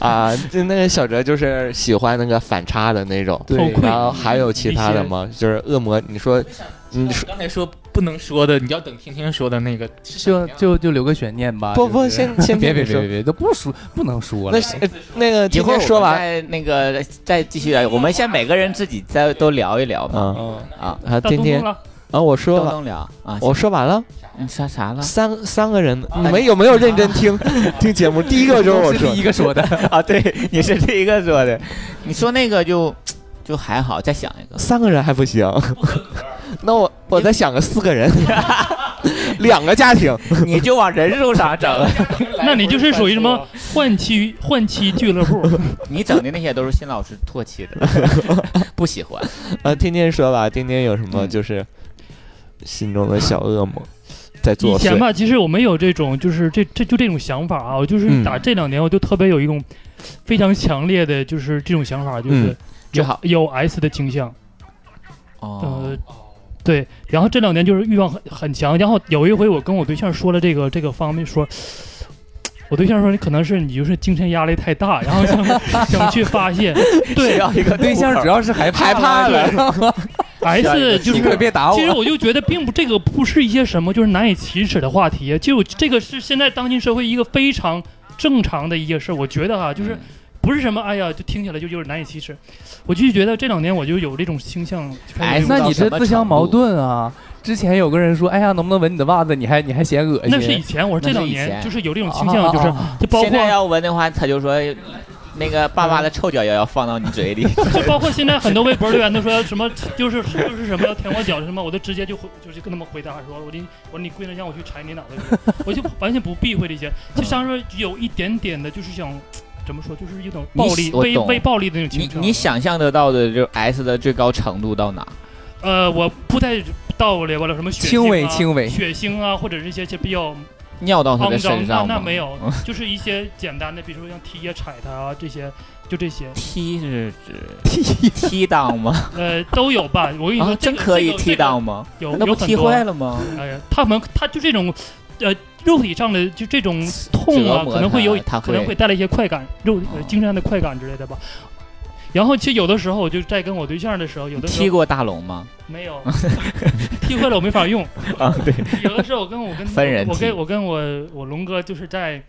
D: 啊，就那个小哲就是喜欢那个反差的那种。
F: 偷
E: 对
F: 窥
D: 然后还有其他的吗？就是恶魔，你说，你说
G: 刚才说不能说的，你要等听听说的那个，
E: 就就就留个悬念吧。
D: 不
E: 就
D: 不，
E: 是
D: 先先
E: 别
D: 听
E: 别
D: 你
E: 别
D: 说
E: 别别，都不说不能说了
D: 那。是呃那个
C: 一
D: 今
C: 会儿
D: 天
C: 我
D: 说
C: 们
D: 完，
C: 再那个再继续聊，我们先每个人自己再都聊一聊嘛。
D: 嗯
E: 嗯，
C: 啊，
D: 啊，
F: 到
D: 天
F: 东
D: 天
F: 东了，啊
D: 啊，我说
C: 都
D: 完，
C: 能聊啊。
D: 我说完了，
C: 你说啥了？
D: 三三个人，
F: 哎
D: 你们有没有认真听 听节目？第一个就是我
E: 是第
D: 说，
E: 一个说的。
C: 啊，对，你是这一个说的，你说那个就就还好，再想 一个。
D: 三个人还不行，
F: 啊
D: 那我我再想个四个 人，两个家庭，
C: 你就往人数上整，
F: 那你就是属于什么换妻换妻俱乐部？
C: 你整的那些都是新老师唾弃的， 不喜欢。
D: 啊，天天说吧，天天有什么
C: 嗯
D: 就是心中的小恶魔在
F: 以
D: 作
F: 前
D: 祟？
F: 吧，其实我没有这种，就是这这就这种想法啊。我就是
D: 嗯
F: 打这两年，我就特别有一种非常强烈的，就是这种想法，就是
D: 嗯
C: 最好
F: 有 S 的倾向。
C: 哦
F: 呃，，
D: 哦
F: 对。然后这两年就是欲望很很强。然后有一回我跟我对象说了这个这个方面，说，我对象说你可能是你就是精神压力太大，然 后想想去发泄。
C: 需
F: 对
D: 啊
C: 要一个
E: 对象
C: 出
E: 主
C: 口
E: 要是害
D: 害怕了
E: 了，
F: ，S 就
E: 你可
F: 是。
E: 别打我
F: 其。实我就觉得，并不这个不是一些什么就是难以启齿的话题，就这个是现在当今社会一个非常正常的一个事儿。我觉得哈、
C: 嗯
F: 就是不是什么哎呀，就听起来就就是难以启齿。我就觉得这两年我就有这种倾向。就开
C: S
F: 始
E: 哎那
F: 有
E: 你这自相矛盾啊！之前有个人说，哎呀，能不能闻你的袜子？你还你还嫌恶心？
F: 那是以前，我说这
C: 哎那
F: 两
C: 是以前哦
F: 年就是有这种倾向，就是就包
C: 现在
F: 括
C: 要闻的话，他就说那个爸爸的臭脚丫要放到你嘴 里。
F: 就包括现在很多微博留言都说什么，就是就是什么要舔我脚什么，我都直接就回就是跟他们回答说，我你我说你跪那让我去踩你脑袋去，我就完全不避讳这些，就像说有一点点的就是想怎么说，就是一种暴力
C: 你我
F: 微
C: 懂
F: 微暴力的那种
C: 你
F: 倾向。
C: 你想象得到的，就 S 的最高程度到哪？
F: 呃，我不太到了，我了什么血
E: 轻微
F: 腥啊
E: 轻微
F: 血腥啊，或者是一些些比较
C: 尿到他的
F: 肮
C: 身
F: 脏，那
C: 上嗯
F: 那
C: 吗
F: 没有，就是一些简单的，比如说像踢呀、踩他啊这些，就这些，
C: 踢是指踢踢裆吗？
F: 呃，都有吧。 我跟你说，
C: 啊，
F: 这
C: 真
F: 个
C: 可以
F: 这个
C: 踢裆吗？
F: 这个
C: 那
F: 有
C: 不
F: 有很
C: 踢
F: 多。
C: 坏了吗？
F: 哎呀，他们他就这种，呃，肉体上的就这种痛
C: 折
F: 啊，
C: 磨
F: 可能
C: 他
F: 会有，
C: 他
F: 可能会带来一些快感，肉呃
C: 哦
F: 精神上的快感之类的吧。然后其实有的时候，我就在跟我对象的时候，有的时
C: 踢
F: 候
C: 过大龙吗？
F: 没有 踢坏了，我没法用。
C: 啊，对，
F: 有的时候我跟我 跟
C: 分人
F: 我
C: 踢
F: 跟我跟我我龙哥就是在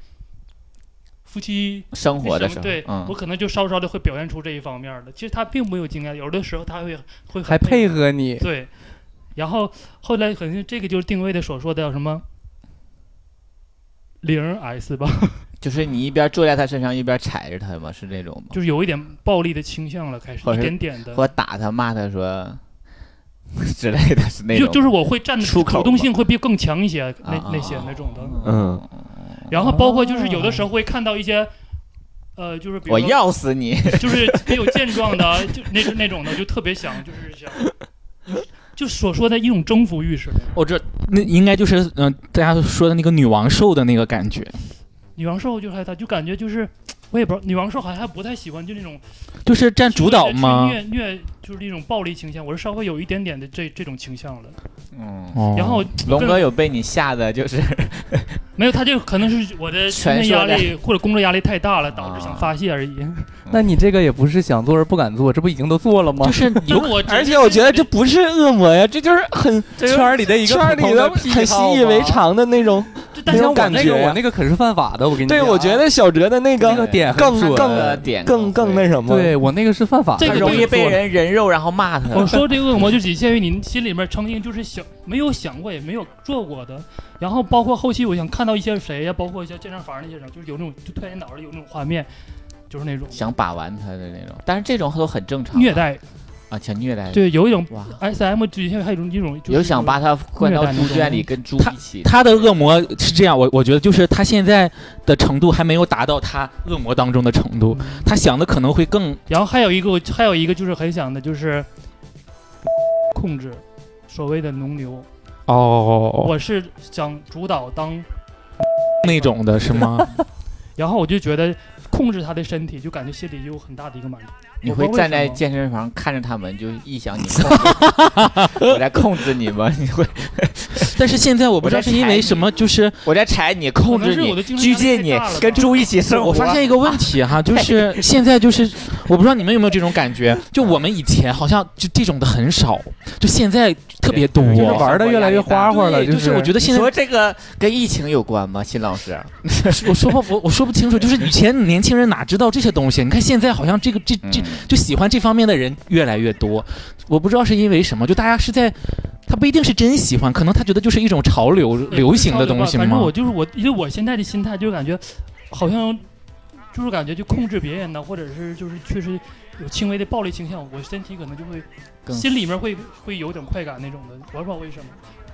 F: 夫妻
C: 生活的时候，
F: 对、我
C: 嗯，
F: 可能就稍稍的会表现出这一方面儿的。其实他并没有经验，有的时候他会会很
E: 还配合你，
F: 对，然后后来可能这个就是定位的所说的叫什么零 S 吧，
C: 就是你一边坐在他身上，一边踩着他吗？是这种吗？
F: 就是有一点暴力的倾向了，开始
C: 或
F: 一
C: 者是
F: 点点的，
C: 或打他、骂他说之类的，是那
F: 就
C: 种
F: 就是我会站的
C: 出
F: 主
C: 口
F: 动
C: 嘛
F: 性会比更强一些，那
C: 啊
F: 那些
C: 啊
F: 那种的。
D: 嗯，
F: 然后包括就是有的时候会看到一些。呃，就是比如
C: 哦我
F: 说
C: 要死你！
F: 就是比较健壮的，就那那种的，就特别想，就是想，就所说的一种征服欲似的。
G: 我这那应该就是嗯、大家说的那个女王兽的那个感觉，
F: 女王兽就害他，就感觉就是，我也不知道，女王兽好像还不太喜欢就那种
G: 就是占主导吗
F: 去？虐虐就是那种暴力倾向，我是稍微有一点点的这这种倾向了。
C: 嗯，
G: 哦
F: 然后
C: 龙哥有被你吓得就是
F: 没有，他就可能是我的精神压
C: 全
F: 力或者工作压力太大了，导致想发泄而已。
E: 那你这个也不是想做而不敢做，这不已经都做了吗
G: 就？是
F: 但
G: 有，
F: 我只是
D: 而且我觉得这不是恶魔呀，这就是 很
E: 圈儿里的一个
D: 圈儿
E: 普
D: 里
E: 通
D: 的
E: 癖
D: 很习
E: 好
D: 以为
E: 吧。
D: 常的那种。
F: 这
E: 但
F: 但
E: 像
D: 种
E: 我
D: 感
E: 那
D: 觉
E: 个我
D: 呀
E: 那个可是犯法啊的，我跟你
D: 对，
E: 讲啊
D: 我觉得小哲的那
E: 那个
D: 个
E: 点很
D: 更
E: 准
D: 更
C: 点
D: 更更那什么，
E: 对我那个是犯法的，
F: 这
C: 他
F: 个
C: 容易
F: 对
C: 被人人肉，然后骂他。
F: 我说这个恶魔就仅限于您心里面曾经就是想没有想过也没有做过的，然后包括后期我想看到一些谁啊呀，包括一些健身房那些人，就是有那种就突然间脑子里有那种画面，就是那种
C: 想把玩他的那种，但是这种都很正常啊。
F: 虐待，
C: 啊，想虐待，，
F: 对，有一种
C: 哇，
F: SM 之前还有一种一种就是
C: 有想把他关到
F: 虐待那
C: 猪
F: 种
C: 圈里跟猪一起。
G: 他的恶魔是这样，我我觉得就是他现在的程度还没有达到他恶魔当中的程度，
F: 嗯
G: 他想的可能会更
F: 然后还有一个，还有一个就是很想的，就是控制所谓的农牛。
G: 哦
F: 我是想主导当，
G: 那种的是吗？
F: 然后我就觉得控制他的身体，就感觉心里有很大的一个满足。
C: 你
F: 我
C: 会
F: 不知道为
C: 站在
F: 什么
C: 健身房看着他们，就臆想 你控制，我在控制你吗？你会，
G: 但是现在我不知道
C: 我在
G: 是因为
C: 猜
G: 什么，就是
C: 我在踩你，控制
F: 可能是我
C: 你
F: 的，精神
C: 拘
F: 压力
C: 禁
F: 太
C: 你
F: 大了吧，
C: 跟猪一起生活。
G: 我发现一个问题哈，就是现在就是我不知道你们有没有这种感觉，就我们以前好像就这种的很少，就现在特别多。啊
E: 就是玩的越来越花花了，
G: 对就是我觉得现
C: 你
G: 在
C: 说这个跟疫情有关吗？辛老师，
G: 我说不我我说不清楚，就是以前年轻人哪知道这些东西？你看现在好像这个这这
C: 嗯
G: 就喜欢这方面的人越来越多，我不知道是因为什么，就大家是在他不一定是真喜欢，可能他觉得就是一种潮流
F: 对
G: 流行的东西
F: 反正我
G: 嘛。
F: 就是我，因为我现在的心态就是感觉，好像就是感觉就控制别人呢，或者是就是确实有轻微的暴力倾向，我身体可能就会
C: 更
F: 心里面会会有点快感那种的，我也不知道为什么。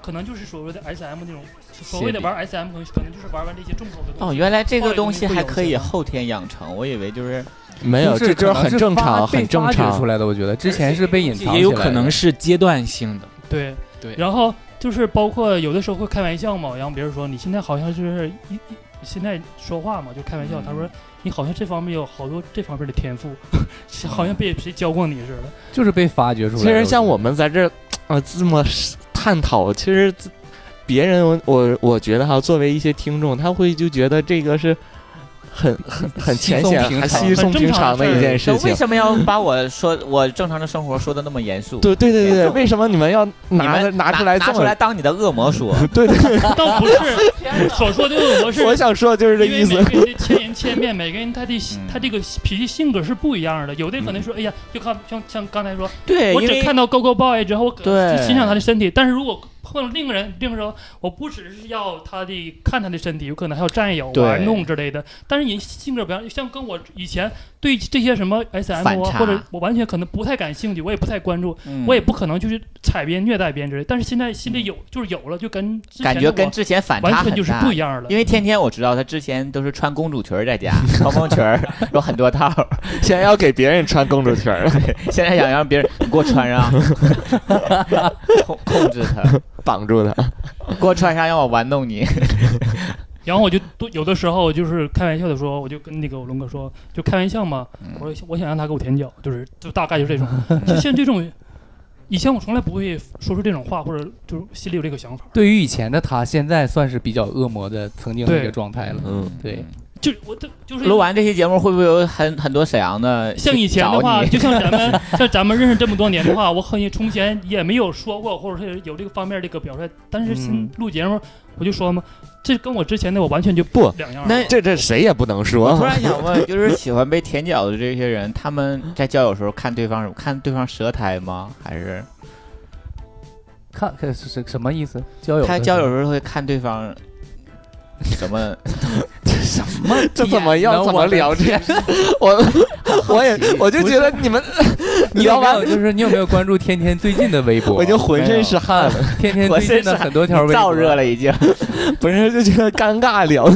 F: 可能就是所谓的 S M 那种，所谓的玩 S M 可能可能就是玩完这些重口的东
C: 哦，
F: 西。
C: 原来这个
F: 暴力
C: 东
F: 东
C: 西
F: 西
C: 还
F: 会有
C: 可以
F: 影响
C: 后天养成，我以为就是
D: 没有，
E: 是
D: 这就是
E: 可能
D: 很
E: 是
D: 正
E: 发
D: 常，
E: 被
D: 很正
E: 发掘
D: 常
E: 出。来的，我觉得之前是被隐藏，
G: 也有可能。是阶段性的，
F: 对
G: 对
F: 然后就是包括有的时候会开玩笑嘛，然后别人说你现在好像就是一一现在说话嘛，就开玩笑。
C: 嗯
F: 他说你好像这方面有好多这方面的天赋， 是好
D: 嗯
F: 像被谁教过你似的。
E: 就是被发掘出来的。
D: 其实像
E: 我
D: 我们在这儿呃这么探讨，其实自别人我我我觉得哈，作为一些听众，他会就觉得这个是很很很
E: 稀
D: 浅
E: 松
D: 显、
E: 平
D: 很
E: 常
D: 稀松
F: 很正
D: 平常
F: 常的
D: 的一
F: 事
D: 件
C: 那
D: 事情
C: 为。什么要把我说我正常的生活说的那么严肃？
D: 对对对对，为什么你们要拿
C: 你
D: 着
C: 们
D: 拿出来
C: 拿
D: 这
C: 出来
D: 么？
C: 当你的恶魔说？
D: 对对，
F: 倒不是所说的恶魔是
D: 我想说的就是这
F: 因
D: 意
F: 为每
D: 思。
F: 个人的千言千面，每个人他 的
C: 嗯
F: 他这个脾气性格是不一样的。有的可
D: 嗯
F: 能说，哎呀，就看像像刚才说，
C: 对，
F: 我
C: 哎因
F: 只
C: 为
F: 看到 Go Go Boy 之后，我可
C: 对
F: 欣赏他的身体。但是如果碰到另一个人，另一个人说我不只是要他的看他的身体，有可能还有占有、
C: 对
F: 玩弄之类的。但是人性格不一样，像跟我以前对这些什么 SM
C: 反
F: 啊，
C: 差
F: 或者我完全可能不太感兴趣，我也不太关注，
C: 嗯
F: 我也不可能就是踩别人、虐待别人之类。但是现在心里有，就是有了，就跟之前
C: 感觉
F: 的
C: 跟
F: 我
C: 之前反差
F: 完
C: 很
F: 全
C: 大，
F: 就是不一样了。
C: 因为天天我知道他之前都是穿公主裙儿在 家，高峰裙儿有很多套儿，
D: 现在要给别人穿公主裙儿，
C: 现在想让别人你给我穿 上，控控制他，
D: 绑住他。
C: 给我穿上让我玩弄你。
F: 然后我就都有的时候就是开玩笑的说，我就跟那个龙哥说，就开玩笑嘛，
C: 嗯
F: 我说我想让他给我舔脚，就是就大概就这种。 就像这种，以前我从来不会说出这种话，或者就是心里有这个想法。
E: 对于以前的他，现在算是比较恶魔的曾经的一
F: 对
E: 个状态了。
D: 嗯，
E: 对，
F: 就我这就是
C: 录完这期节目会不会有很很多沈阳的
F: 像以前的
C: 找
F: 话，
C: 你
F: 就像 咱们像咱们认识这么多年的话，我很从前也没有说过，或者是有这个方面这个表率。但是新
E: 嗯
F: 录节目，我就说嘛，这跟我之前的我完全就
D: 不
F: 两样了。
C: 那
D: 这这谁也不 能
C: 我突
D: 说。
C: 然想问，就是喜欢被舔脚的这些人，他们在交友时候看对方什么？看对方舌苔吗？还是
E: 看看是是什么意思？交友
C: 他
E: 的
C: 交友
E: 时候
C: 时候会看对方什 么？
D: 这怎么要
E: 能
D: 怎么
E: 啊我们
D: 聊这？ 我 我也我就觉得你们
E: 你
D: 聊
E: 有没
D: 完
E: 有就是你有没有关注天天最近的 微博？
D: 我就浑身是汗了，
E: 天天
C: 我
E: 最
C: 身
E: 近的
C: 上
E: 很多条微博，
C: 燥热了已经。
D: 不是就觉得尴尬聊。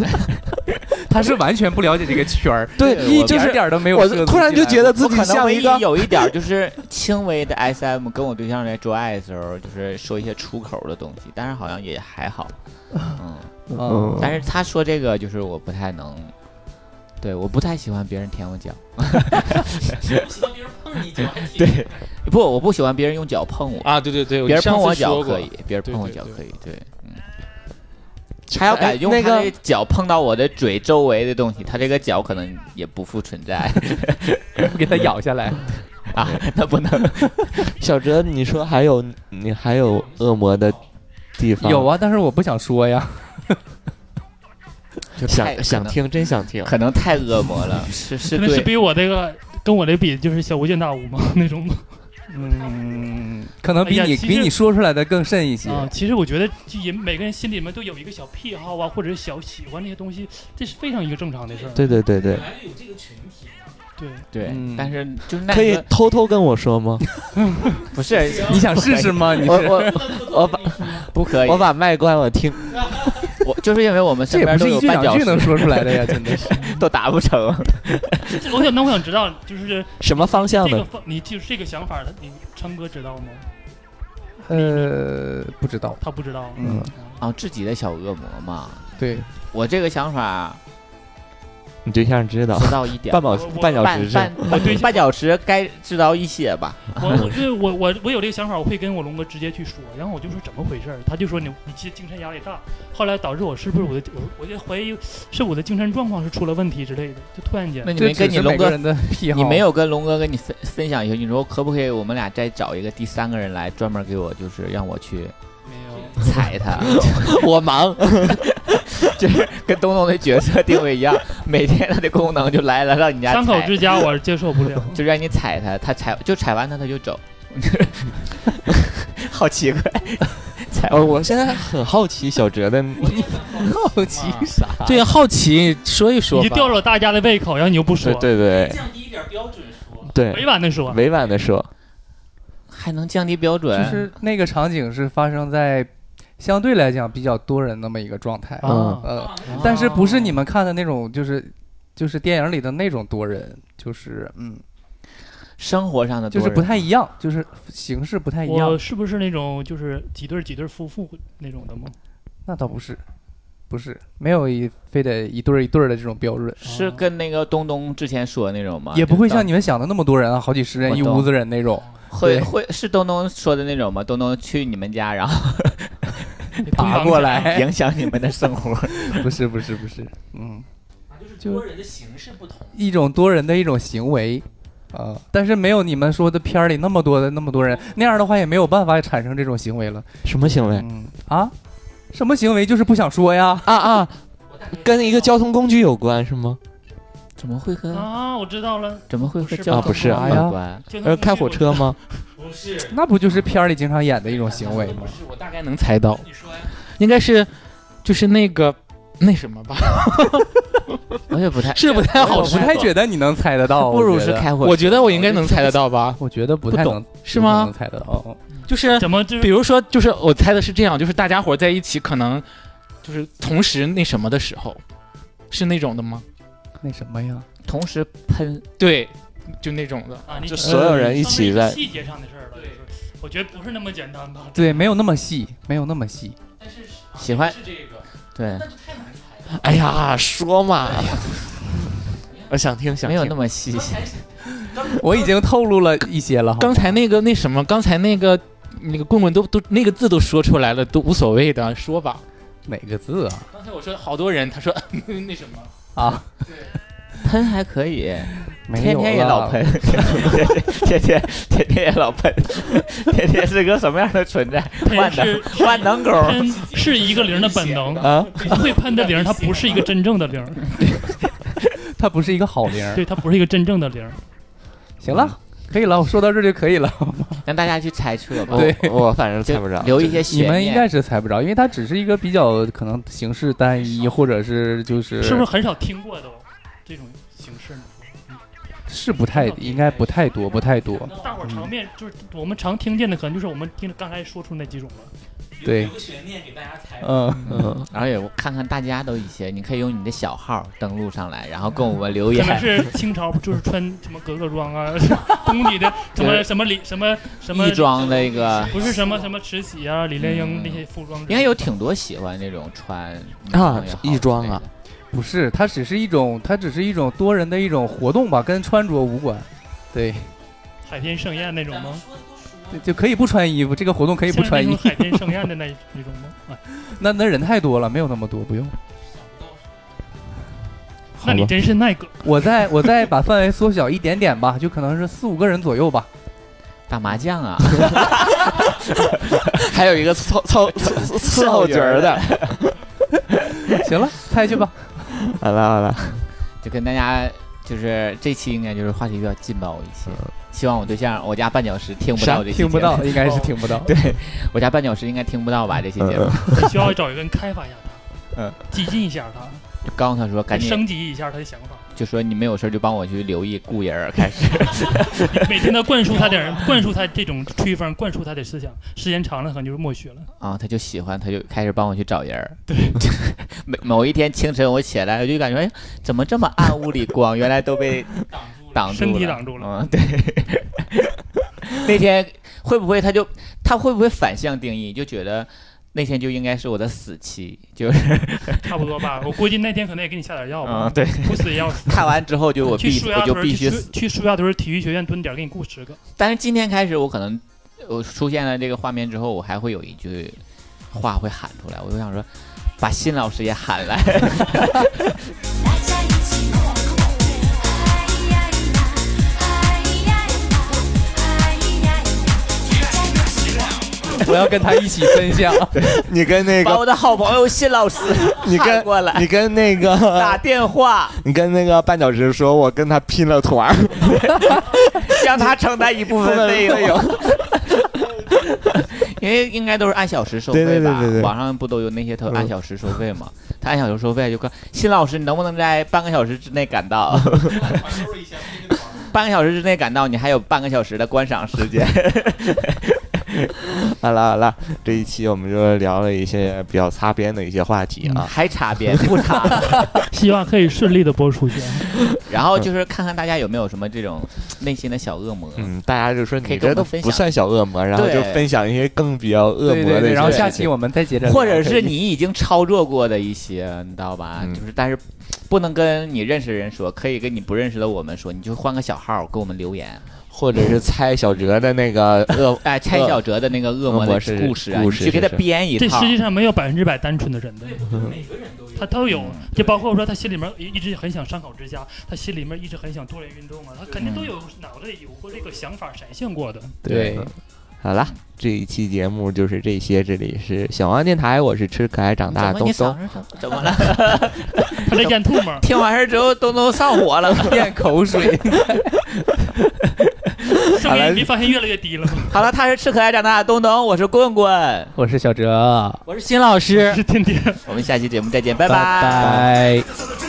E: 他是完全不了解这个圈儿，
D: 对，
C: 对
D: 一
C: 我
D: 就
E: 一点
D: 是
E: 点儿都没有
D: 我
E: 涉足
D: 突然
E: 进
D: 就
E: 来
D: 觉得自
C: 我
D: 己
C: 可能
D: 像
C: 唯
D: 一
C: 一
D: 个
C: 有一点儿就是轻微的 SM，跟我对象在做爱的时候，就是说一些出口的东西，但是好像也还 好。嗯，
E: 嗯
C: 但是他说这个就是我不太能，对，我不太喜欢别人舔我脚。
G: 喜欢别人碰你脚 还挺
C: 对，不，我不喜欢别人用脚碰我，
G: 啊，对对对，
C: 别人碰我
G: 你上次
C: 脚
G: 说过
C: 可以，，别人
G: 对
C: 碰我
G: 对
C: 脚
G: 对
C: 可以，对，嗯。他要敢用
D: 哎那
C: 他
D: 个
C: 的脚碰到我的嘴周围的东西，他这个脚可能也不复存在
E: 给他咬下来。
C: 啊，那不能。
D: 小哲，你说还有你还有恶魔的地方？
E: 有，啊，但是我不想说呀。
C: 太可
D: 想想
C: 能
D: 听，真想听。
C: 可能太恶魔了，是是
F: 真的
C: 对
F: 是比我这个跟我的比，就是小巫见大巫嘛 那种嘛
E: 嗯，可能比
F: 哎
E: 你
F: 呀其实
E: 比你说出来的更甚一些。
F: 啊。其实我觉得，就也每个人心里面都有一个小癖好啊，或者是小喜欢那些东西，这是非常一个正常的事儿。
D: 对对对对，
F: 对，
C: 对，
E: 嗯
C: 但是就是那
D: 可以
C: 个
D: 偷偷跟我说吗？
C: 不 是
E: 你想试试吗？你
D: 我
E: 是
D: 我我把
C: 不可以，
D: 我把麦关，我听。
C: 我就是因为我们
E: 这
C: 身
E: 也
C: 边
E: 不
C: 都
E: 是
C: 有
E: 一句
C: 绊
E: 两
C: 脚
E: 句能
C: 石，
E: 说出来的呀，真的是。
C: 都达不成。
F: 这我想那我想知道，就是
D: 什么方向
F: 这个
D: 的？
F: 方，你就是这个想法，你昌哥知道吗？
E: 呃，不知道。
F: 他不知道。
E: 嗯，
C: 啊，自己的小恶魔嘛，
E: 对，
C: 我这个想
E: 啊
C: 法
D: 你对象 知道？
C: 知道一点
D: 半，宝
F: 我我
D: 半小时
C: 绊
D: 是？
C: 绊
E: 啊
C: 绊绊脚石该知道一些吧。
F: 我我因为我我我有这个想法，我会跟我龙哥直接去说，然后我就说怎么回事儿，他就说你你精精神压力大，后来导致我是不是我的我我就怀疑是我的精神状况是出了问题之类的，就突然间
C: 那你
E: 这
C: 没
E: 只
C: 跟你
E: 是
C: 龙
E: 每个
C: 哥，
E: 人的癖好。
C: 你没有跟龙哥跟你分分享一下，你说可不可以我们俩再找一个第三个人来专门给我，就是让我去
F: 没有。
C: 踩 他，
D: 我忙，
C: 就是跟东东的角色定位一样，每天他的功能就来了，让你家
F: 三口
C: 踩
F: 之家我是接受不了，
C: 就让你踩它，它踩就踩完它，它就走，好奇怪。踩
D: 呃，我现在很好奇小哲的，
E: 好奇啥？
G: 对，好奇说一说吧。
F: 你就吊着大家的胃口，然后你又不说啊
D: 对，对对
G: 降低一点标准说。
F: 委
D: 对，
F: 婉的说，
D: 委婉的说，
C: 还能降低标准？
E: 就是那个场景是发生在相对来讲比较多人那么一个状态。
D: 嗯
F: 啊，
E: 呃，但是不是你们看的那种，就是就是电影里的那种多人，就是嗯，
C: 生活上的
E: 就
C: 多
E: 是
C: 人
E: 不太一样，就是形式不太一
F: 哦我
E: 样。
F: 是不是那种就是几对儿几对儿夫妇那种 的吗？
E: 那倒不是，不是没有一非得一对儿一对儿的这种标准，
C: 是跟那个东东之前说的那种吗？
E: 也不会
C: 啊就是
E: 像你们想的那么多人啊，好几十人
C: 我
E: 一
C: 懂
E: 屋子人那种。
C: 东会
E: 对
C: 会是东东说的那种吗？东东去你们家，然 后
E: 爬 过来
C: 影响你们的生 活。
E: 不是不是不是，嗯，
G: 就是
E: 就
G: 多人的形式不同，
E: 一种多人的一种行为。啊、但是没有你们说的片儿里那么多的那么多人，那样的话也没有办法产生这种行为了。
D: 什么行为？
E: 嗯啊，什么行为就是不想说呀？
D: 啊啊，跟一个交通工具有关是吗？
C: 怎么会和嗯
F: 啊，我知道了，
C: 怎么会和
F: 是吧
C: 交
D: 啊不
C: 通
D: 是
C: 有
D: 啊
C: 关？
F: 就那
D: 呃，开火车吗？
F: 我
G: 是，
E: 那不就是片儿里经常演的一种行为 吗
G: 不？是，我大概能猜到。你说应该是，就是那个那什么吧，
C: 我也不太
G: 是不太好
E: 我不
G: 说。
E: 太觉得你能猜得到，
C: 不如
E: 我觉
C: 是
E: 得，
C: 开火，
G: 我觉得我应该能猜得到吧？
E: 我觉得不太
G: 不
E: 能，
G: 是吗
E: 不能猜得
C: 哦
E: 到。
G: 就是
F: 怎么这
G: 比如说，就是我猜的是这样，就是大家伙在一起可能就是同时那什么的时候，是那种的吗？
E: 那什么呀？
C: 同时喷，
G: 对，就那种的。
F: 啊？你
D: 就所有人一起在
F: 细节上的事儿了，就是我觉得不是那么简单 吧？
E: 对，没有那么细，没有那么细。
G: 但是
C: 喜欢
G: 是这个，
C: 对，
G: 就太难猜了。
D: 哎呀，说嘛，我想听，想听
C: 没有那么细。
E: 我已经透露了一些了。
G: 刚才那个那什么，刚才那个那个棍棍都都那个字都说出来了，都无所谓的，说吧。
E: 哪个字啊？
G: 刚才我说好多人，他说那什么，
E: 啊，
C: 喷还可以，
E: 没有
C: 天天也
E: 了
C: 老 喷，，天天天天也老喷，天天是个什么样的存在？
F: 喷
C: 万能
F: 是
C: 万能狗儿，
F: 喷是一个零的本 能，
D: 啊，
F: 会喷的零，它不是一个真正的 零，
E: 它不是一个好铃儿。
F: 对，它不是一个真正的零。
E: 行了，可以了，我说到这就可以了。
C: 让大家去猜测吧。
E: 对
D: 我我反正猜不着，
C: 留一些悬
E: 你
C: 念。
E: 们应该是猜不着，因为它只是一个比较可能形式单一，或者是就是
F: 是不是很少听过都这种形式呢？
D: 嗯
E: 是不太应该不太多，不太多。
F: 大伙儿常面就是我们常听见的，可能就是我们听刚才说出那几种了。
E: 对，
G: 个悬念给大家猜
E: 嗯，
D: 嗯，
C: 然后也看看大家都一些，你可以用你的小号登录上来，然后跟我们留
F: 可能
C: 言。
F: 是清朝就是穿什么格格装啊，宫里的什么什么礼什么什么
C: 亦，庄那个
F: 不是什么什么慈禧啊、李莲英那些服装，
C: 应该嗯有挺多喜欢这种穿
D: 啊亦庄啊，
E: 不是，它只是一种，它只是一种多人的一种活动吧，跟穿着无关。对，
F: 海天盛宴那种吗？
E: 就就可以不穿衣服，这个活动可以不
F: 像
E: 穿
F: 那
E: 衣
F: 种
E: 服。
F: 海天盛宴的那那种吗？啊
E: 那那人太多了，没有那么多，不用。
F: 那你真是耐个
E: 我再 我再把范围缩小一点点吧，就可能是四五个人左右吧。
C: 打麻将啊，
D: 还有一个凑 凑凑伺候角儿的，
E: 行了，猜去吧。
D: 好了好了，
C: 就跟大家就是这期应该就是话题比较劲爆一些。希望我对象，我家绊脚石嗯听不
E: 啥
C: 到这期节
E: 听
C: 目，
E: 不到，应该是听不到。
C: 对我家绊脚石应该听不到吧？这期节目，
F: 需要找一个人开发一下他，激进一下他，
C: 就告诉他说赶紧，
F: 升级一下他的想法。
C: 就说你们有事就帮我去留意故人儿，开 始
F: 每天他灌输他点儿，灌输他这种吹风，灌输他的思想，时间长了可能就是默许了。
C: 啊，他就喜欢，他就开始帮我去找人儿。对， 每某一天清晨我起来，我就感觉哎，怎么这么暗？屋里光原来都被挡住
F: 身
C: 了，
F: 体挡住了
C: 嗯，对。 那天会不会他就他会不会反向定义，就觉得那天就应该是我的死期，就是
F: 差不多吧，我估计那天可能也给你下点药吧
C: 嗯，，对，
F: 不死也要死。
C: 看完之后就我
F: 去
C: 必
F: 舒
C: 我
F: 压
C: 就
F: 屯儿，
C: 必须
F: 去
C: 死。
F: 去舒压屯儿体育学院蹲点儿，给你雇十个。
C: 但是今天开始，我可能我出现了这个画面之后，我还会有一句话会喊出来，我就想说，把辛老师也喊来。
I: 大家一起蹦，嗨呀呀，嗨呀呀，嗨呀呀，大家一起蹦。
E: 我要跟他一起分享。
D: 你跟那
C: 把
D: 个
C: 我的好朋友谢老师
D: 你跟
C: 喊过来
D: 你跟那
C: 打
D: 个
C: 电话，
D: 你跟那个绊脚石说，我跟他拼了团儿，
C: 让他承担一部分费
D: 费
C: 用。 因为应该都是按小时收费吧？
D: 对对对对对
C: 网上不都有那些头
D: 嗯
C: 按小时收费吗？他按小时收费就看辛老师，你能不能在半个小时之内赶 到？半个小时之内赶到，你还有半个小时的观赏时 间。
D: 好了好了，这一期我们就聊了一些比较擦边的一些话题啊，
C: 还差别不差？
F: 希望可以顺利的播出去。啊
C: 然后就是看看大家有没有什么这种内心的小恶魔。
D: 嗯，大家就说
C: 可以
D: 你
C: 跟
D: 这
C: 我
D: 都
C: 们分
D: 不
C: 享
D: 算小恶魔，然后
C: 对
D: 就分享一些更比较恶
E: 对
D: 魔
E: 对
D: 的一
E: 对，
D: 些
E: 然后下
D: 事
E: 期
D: 情
E: 我们再接着聊，
C: 或者是你已经操作过的一些，你知道吧？
D: 嗯
C: 就是但是不能跟你认识的人说，可以跟你不认识的我们说，你就换个小号给我们留言。
D: 或者是猜小哲的那 个 恶
C: 哎，蔡小哲的那个恶魔
D: 恶
C: 的
D: 魔是
C: 故事啊，
D: 故事
C: 你去给他
D: 是是
C: 编一
F: 这
C: 套
F: 世。界上没有百分之百单纯的人的，他都有，啊就包括说他心里面一一直很想上考之家，他心里面一直很想多人运动啊，他肯定
C: 嗯
F: 都有脑子里有过这个想法闪现过的。
E: 对，
D: 好了，这一期节目就是这些。这里是小王电台，我是吃可爱长
C: 你
D: 大的
C: 怎么你
D: 东
C: 嗓
D: 东。
C: 子怎怎么了？
F: 他在咽吐沫，
C: 听 完事儿之后，东东上火了。
E: 咽口水。
F: 生
D: 好了
F: 你没发现越来越低了 吗？
C: 好了，他是吃可爱长大的东东，我是棍棍，
E: 我是小哲，
G: 我是新老师。
F: 是天天。
C: 我们下期节目再见，拜
E: 拜拜。
B: Cause of the